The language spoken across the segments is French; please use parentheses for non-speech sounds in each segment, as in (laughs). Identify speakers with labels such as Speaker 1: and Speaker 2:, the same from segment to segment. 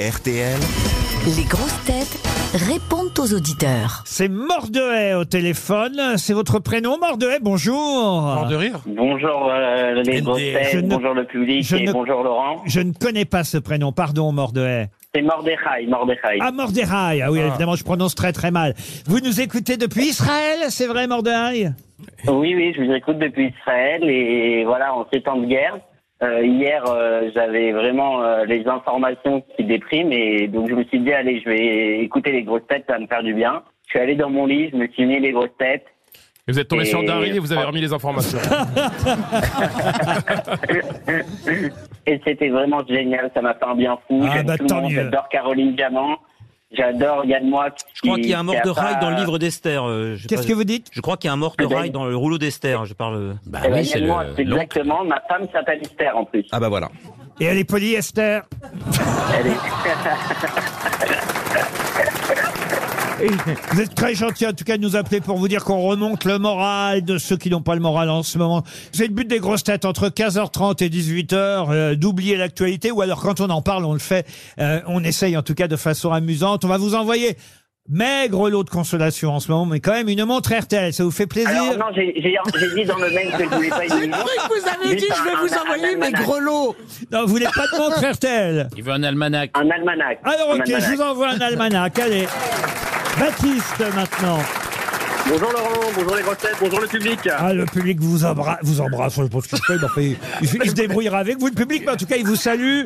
Speaker 1: RTL.
Speaker 2: Les grosses têtes répondent aux auditeurs.
Speaker 3: C'est Mordehay au téléphone. C'est votre prénom, Mordehay. Bonjour.
Speaker 1: Hein.
Speaker 4: de rire
Speaker 5: Bonjour euh, les grosses
Speaker 3: Je
Speaker 5: têtes,
Speaker 3: ne-
Speaker 5: bonjour le public
Speaker 3: je
Speaker 5: et
Speaker 3: ne-
Speaker 5: bonjour Laurent.
Speaker 3: Je ne connais pas ce prénom. Pardon, Mordehay.
Speaker 5: C'est Mordechai, Mordechai.
Speaker 3: Ah, Mordehay. Ah oui, évidemment, je prononce très très mal. Vous nous écoutez depuis Israël, c'est vrai, Mordehay
Speaker 5: Oui, oui, je vous écoute depuis Israël et voilà, en ces temps de guerre. euh, hier, euh, j'avais vraiment euh, les informations qui dépriment et donc je me suis dit, allez, je vais écouter les grosses têtes, ça va me faire du bien. Je suis allé dans mon lit, je me suis mis les grosses têtes.
Speaker 4: Et vous êtes tombé
Speaker 5: Et-
Speaker 4: sur Dari et vous avez remis les informations.
Speaker 5: Et c'était vraiment génial, ça m'a fait un bien fou.
Speaker 3: Ah,
Speaker 5: J'aime
Speaker 3: bah,
Speaker 5: tout le
Speaker 3: tant
Speaker 5: monde,
Speaker 3: mieux.
Speaker 5: J'adore Caroline Diamant, j'adore Yann Moix.
Speaker 6: Je crois qu'il y a un mort de rail dans le livre
Speaker 5: livre
Speaker 6: d'Esther. euh, je sais
Speaker 3: Qu'est-ce
Speaker 6: pas-
Speaker 3: que vous dites
Speaker 6: Je crois qu'il y a un mort de rail dans le rouleau d'Esther. Je parle. euh,
Speaker 1: Ah ben- Bah
Speaker 5: Eh ben,
Speaker 1: oui,
Speaker 5: Yann
Speaker 1: c'est le-
Speaker 5: Moix, c'est
Speaker 1: l'oncle.
Speaker 5: exactement. Ma femme s'appelle Esther en plus.
Speaker 1: Ah bah voilà.
Speaker 3: Et elle est polyester.
Speaker 5: Elle est-
Speaker 3: Vous êtes très gentil, en tout cas, de nous appeler pour vous dire qu'on remonte le moral de ceux qui n'ont pas le moral en ce moment. C'est le but des grosses têtes entre 15h30 et 18h, euh, d'oublier l'actualité, ou alors quand on en parle, on le fait. Euh, on essaye, en tout cas, de façon amusante. On va vous envoyer maigre lot de consolation en ce moment, mais quand même une montre RTL. Ça vous fait plaisir
Speaker 5: Alors non, j'ai j'ai- j'ai dit dans le mail que je voulais pas une montre.
Speaker 7: vous avez dit, je vais vous envoyer mes gros lots.
Speaker 3: Non, vous voulez pas de montre RTL
Speaker 8: Il veut un almanach.
Speaker 5: Un almanach.
Speaker 3: Alors,
Speaker 5: Un
Speaker 3: ok, je
Speaker 5: almanach.
Speaker 3: vous envoie un almanach. Allez. Baptiste, maintenant.
Speaker 9: Ah. Bonjour Laurent, bonjour les grosses têtes, bonjour le public.
Speaker 3: Ah, le public vous embrasse, vous embrasse, je pense qu'il se fait, il en fait- il, il se débrouillera avec vous, le public, mais en tout cas, il vous salue.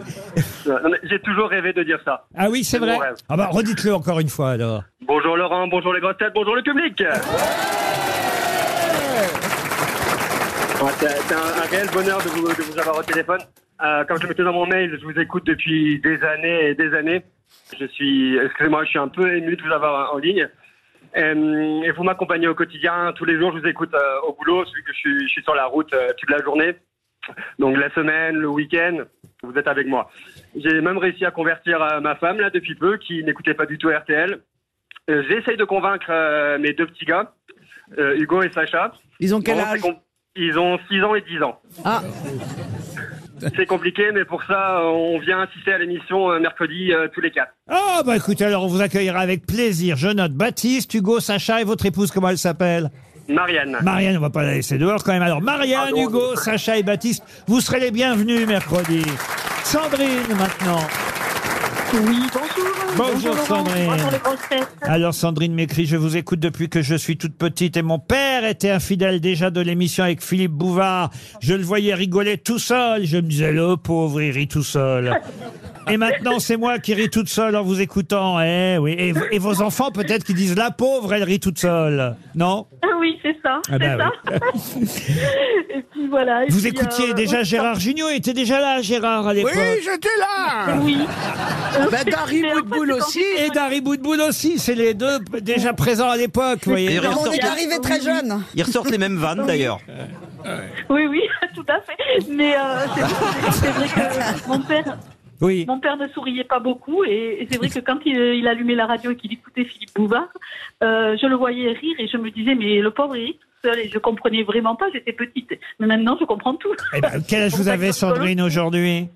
Speaker 9: Euh, non, mais J'ai toujours rêvé de dire ça.
Speaker 3: Ah oui, c'est
Speaker 9: C'est
Speaker 3: vrai.
Speaker 9: mon rêve.
Speaker 3: Ah bah, redites-le encore une fois, alors.
Speaker 9: Bonjour Laurent, bonjour les grosses têtes, bonjour le public. Ouais, C'est c'est un, un réel bonheur de vous, de vous avoir au téléphone. Euh, comme je le mettais dans mon mail, je vous écoute depuis des années et des années. Je suis, excusez-moi, je suis un peu ému de vous avoir en ligne. Euh, Et vous m'accompagnez au quotidien, tous les jours, je vous écoute euh, au boulot, celui que je suis, je suis sur la route euh, toute la journée. Donc la semaine, le week-end, vous êtes avec moi. J'ai même réussi à convertir euh, ma femme là depuis peu, qui n'écoutait pas du tout RTL. Euh, J'essaye de convaincre euh, mes deux petits gars, euh, Hugo et Sacha.
Speaker 7: Ils ont quel
Speaker 9: Bon, c'est
Speaker 7: âge
Speaker 9: com- Ils ont 6 ans et 10 ans.
Speaker 7: Ah.
Speaker 9: C'est compliqué, mais pour ça, euh, on vient assister à l'émission euh, mercredi euh, tous les quatre.
Speaker 3: Ah bah, écoutez, alors, on vous accueillera avec plaisir. Je note Baptiste, Hugo, Sacha et votre épouse, comment elle s'appelle
Speaker 9: Marianne.
Speaker 3: Marianne, on va pas la laisser dehors quand même. Alors, Marianne,
Speaker 9: Pardon.
Speaker 3: Hugo, Sacha et Baptiste, vous serez les bienvenus mercredi. Sandrine, maintenant.
Speaker 10: Oui, bonjour.
Speaker 3: Bonjour,
Speaker 10: Laurent.
Speaker 3: Sandrine.
Speaker 10: Bonjour les grosses têtes.
Speaker 3: Alors Sandrine m'écrit, je vous écoute depuis que je suis toute petite et mon père était infidèle déjà de l'émission avec Philippe Bouvard. Je le voyais rigoler tout seul. Je me disais, le pauvre, il rit tout seul. Et maintenant, c'est moi qui ris toute seule en vous écoutant. Eh oui. Et, et vos enfants peut-être qui disent, la pauvre, elle rit toute seule. Non
Speaker 10: Ah Oui, c'est ça.
Speaker 3: Ah
Speaker 10: c'est
Speaker 3: bah
Speaker 10: ça. et puis voilà. et
Speaker 3: Vous
Speaker 10: puis,
Speaker 3: écoutiez
Speaker 10: euh,
Speaker 3: déjà
Speaker 10: autre-
Speaker 3: Gérard Junior, il était déjà là, Gérard, à
Speaker 7: Oui,
Speaker 3: l'époque.
Speaker 7: j'étais là.
Speaker 10: Oui. Euh,
Speaker 7: Bah, Dari
Speaker 10: mais en fait,
Speaker 7: Boudboul
Speaker 10: c'est quand
Speaker 7: aussi.
Speaker 10: j'étais
Speaker 3: Et Dari Boudboul aussi, c'est les deux p- déjà présents à l'époque, vous voyez.
Speaker 6: Et ils ressortent,
Speaker 7: On est arrivé très jeune.
Speaker 6: ils ressortent les mêmes
Speaker 1: Ah
Speaker 6: vannes d'ailleurs.
Speaker 10: Oui, (laughs) oui, tout à fait. Mais euh, c'est vrai- c'est vrai que euh, mon père,
Speaker 3: Oui.
Speaker 10: mon père ne souriait pas beaucoup. Et, et c'est vrai que quand il, euh, il allumait la radio et qu'il écoutait Philippe Bouvard, euh, je le voyais rire et je me disais, mais le pauvre, il rit tout seul. Et je comprenais vraiment pas, j'étais petite. Mais maintenant, je comprends tout. (laughs)
Speaker 3: Eh ben, quel âge vous avez, Sandrine, aujourd'hui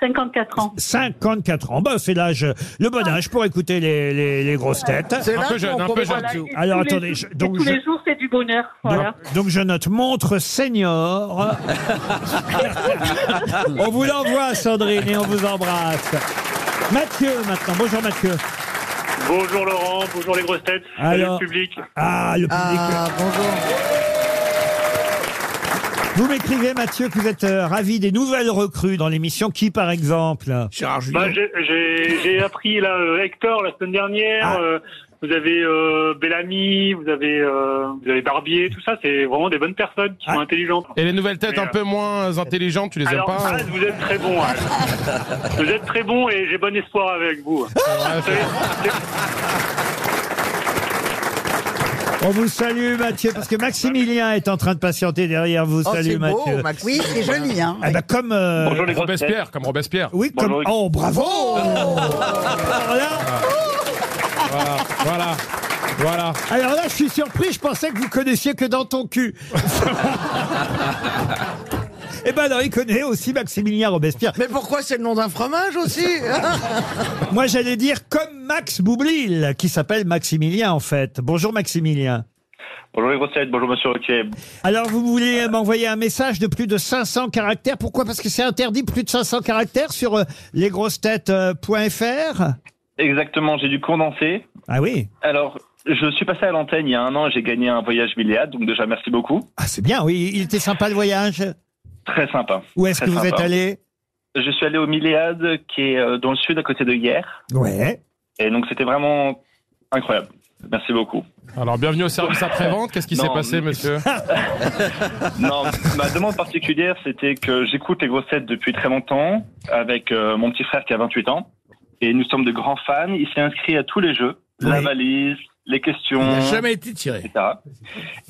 Speaker 10: 54 ans.
Speaker 3: 54 ans. Bah, c'est l'âge, le bon âge pour écouter les, les, les grosses têtes.
Speaker 7: C'est
Speaker 4: Un
Speaker 7: là
Speaker 4: peu
Speaker 7: qu'on
Speaker 4: jeune, un peu
Speaker 7: comprend
Speaker 4: jeune.
Speaker 7: tout.
Speaker 10: Et
Speaker 3: Alors,
Speaker 10: tous les
Speaker 3: attendez,
Speaker 10: jours-
Speaker 3: je-
Speaker 10: et
Speaker 3: donc
Speaker 10: tous
Speaker 3: je-
Speaker 10: les jours, c'est du bonheur. Voilà.
Speaker 3: Donc, donc je note montre senior. on vous l'envoie, Sandrine, et on vous embrasse. Mathieu, maintenant. Bonjour, Mathieu.
Speaker 9: Bonjour Laurent, bonjour les grosses têtes,
Speaker 3: Alors-
Speaker 9: le public.
Speaker 3: Ah, le public.
Speaker 7: Ah, bonjour.
Speaker 3: Vous m'écrivez, Mathieu, que vous êtes euh, ravi des nouvelles recrues dans l'émission. Qui, par exemple
Speaker 8: Gérard Junior.
Speaker 9: Bah, j'ai- J'ai j'ai appris là, euh, Hector la semaine dernière.
Speaker 3: Ah.
Speaker 9: euh, vous avez euh, Bellamy, vous avez, euh, vous avez Barbier, tout ça, c'est vraiment des bonnes personnes qui sont
Speaker 3: Ah.
Speaker 9: intelligentes.
Speaker 4: Et les nouvelles têtes un peu moins intelligentes, tu les aimes
Speaker 9: Alors,
Speaker 4: pas hein
Speaker 9: Az, vous êtes très bon. Az. vous êtes très bon et j'ai bon espoir avec vous.
Speaker 4: Ouais,
Speaker 9: Vous savez,
Speaker 4: c'est-
Speaker 3: On vous salue, Mathieu, parce que Maximilien est en train de patienter derrière vous.
Speaker 7: Oh,
Speaker 3: Salut,
Speaker 7: c'est beau,
Speaker 3: Mathieu.
Speaker 7: Max. Oui, c'est joli, hein.
Speaker 3: Ah, bah, comme. euh,
Speaker 9: Bonjour les grosses têtes.
Speaker 4: Robespierre, comme Robespierre.
Speaker 3: Oui, comme.
Speaker 9: Bonjour.
Speaker 3: Oh, bravo Alors là,
Speaker 4: Voilà, voilà, voilà.
Speaker 3: Alors là, je suis
Speaker 4: (laughs)
Speaker 3: surpris, je pensais que vous connaissiez que dans ton cul. Eh ben alors, il connaît aussi Maximilien Robespierre.
Speaker 1: Mais pourquoi c'est le nom d'un fromage aussi hein
Speaker 3: Moi, j'allais dire comme Max Boublil, qui s'appelle Maximilien en fait. Bonjour Maximilien.
Speaker 9: Bonjour les grosses têtes, bonjour monsieur Ruquier.
Speaker 3: Alors, vous voulez m'envoyer un message de plus de 500 caractères. Pourquoi Parce que c'est interdit plus de 500 caractères sur euh, lesgrossetêtes.fr
Speaker 9: Exactement, j'ai dû condenser.
Speaker 3: Ah oui
Speaker 9: Alors, je suis passé à l'antenne il y a un an et j'ai gagné un voyage Milléade, donc déjà merci beaucoup.
Speaker 3: Ah, c'est bien, oui. Il était sympa le voyage.
Speaker 9: Très sympa.
Speaker 3: Où est-ce
Speaker 9: Très
Speaker 3: que vous
Speaker 9: sympa.
Speaker 3: êtes allé
Speaker 9: Je suis allé au Milléade qui est euh, dans le sud à côté de hier.
Speaker 3: Ouais.
Speaker 9: Et donc c'était vraiment incroyable. Merci beaucoup.
Speaker 4: Alors, bienvenue au service après-vente. Qu'est-ce qui s'est
Speaker 9: Non,
Speaker 4: passé,
Speaker 9: mais-
Speaker 4: monsieur
Speaker 9: Non, ma demande particulière, c'était que j'écoute les grossettes depuis très longtemps avec euh, mon petit frère qui a 28 ans. Et nous sommes de grands fans. Il s'est inscrit à tous les jeux. La
Speaker 3: Oui.
Speaker 9: valise, les questions.
Speaker 1: Ah
Speaker 4: été tiré.
Speaker 9: etc.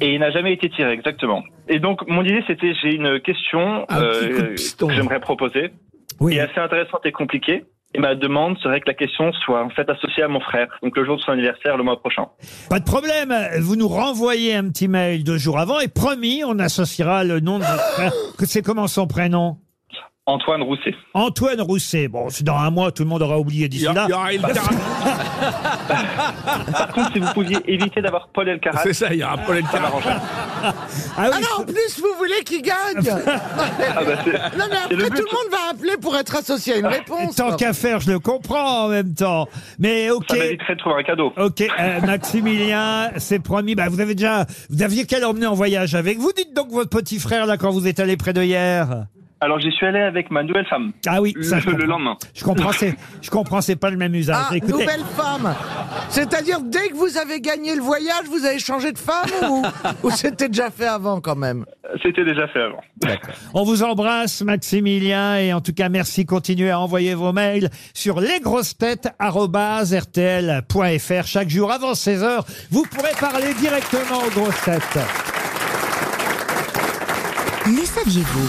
Speaker 9: Et il n'a jamais été tiré, exactement. Et donc, mon idée, c'était, j'ai une question
Speaker 1: Un
Speaker 9: euh,
Speaker 1: petit coup de piston.
Speaker 9: que j'aimerais proposer, qui
Speaker 3: Oui.
Speaker 9: est assez intéressante et compliquée. Et ma demande serait que la question soit en fait associée à mon frère, donc le jour de son anniversaire, le mois prochain.
Speaker 3: Pas de problème. Vous nous renvoyez un petit mail deux jours avant et promis, on associera le nom de votre frère.
Speaker 9: (gasps)
Speaker 3: Que c'est comment son prénom
Speaker 9: Antoine Rousset.
Speaker 3: Antoine Rousset. Bon, c'est dans un mois, tout le monde aura oublié d'ici là.
Speaker 4: aura une tarte.
Speaker 9: Par contre, si vous pouviez éviter d'avoir Paul Elkarat,
Speaker 4: ça, il y aura un problème
Speaker 9: ça m'arrangerait.
Speaker 3: Ah
Speaker 1: Ah
Speaker 3: oui,
Speaker 1: non, en plus, vous voulez qu'il gagne
Speaker 9: Ah bah, c'est-
Speaker 1: Non, mais
Speaker 9: C'est
Speaker 1: après,
Speaker 9: le
Speaker 1: tout
Speaker 9: but.
Speaker 1: le monde va appeler pour être associé à une réponse.
Speaker 3: tant qu'à faire, je le comprends en même temps. Mais ok.
Speaker 9: ça m'éviterait de trouver un cadeau.
Speaker 3: Ok, euh, Maximilien, c'est promis. Bah, vous avez déjà, vous aviez qu'à l'emmener en voyage avec vous. Dites donc votre petit frère là quand vous êtes allé près de hier.
Speaker 9: Alors, j'y suis allé avec ma nouvelle femme.
Speaker 3: Ah oui, ça, je
Speaker 9: Le- le
Speaker 3: comprends.
Speaker 9: lendemain.
Speaker 3: Je comprends, c'est, je comprends, c'est pas le même usage.
Speaker 1: Ah,
Speaker 3: Écoutez,
Speaker 1: nouvelle femme C'est-à-dire, dès que vous avez gagné le voyage, vous avez changé de femme ou, ou c'était déjà fait avant quand même
Speaker 9: C'était déjà fait avant.
Speaker 3: on vous embrasse, Maximilien, et en tout cas, merci. Continuez à envoyer vos mails sur lesgrossetêtes.rtl.fr. Chaque jour, avant 16 heures, vous pourrez parler directement aux grosses têtes.
Speaker 2: Les saviez-vous